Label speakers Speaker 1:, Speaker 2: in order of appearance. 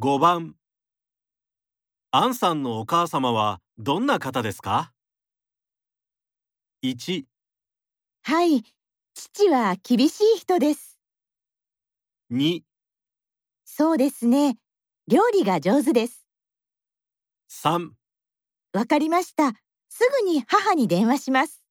Speaker 1: 5番アンさんのお母様はどんな方ですか ?1、
Speaker 2: はい、父は厳しい人です。
Speaker 1: 2、
Speaker 2: そうですね。料理が上手です。
Speaker 1: 3
Speaker 2: わかりました。すぐに母に電話します。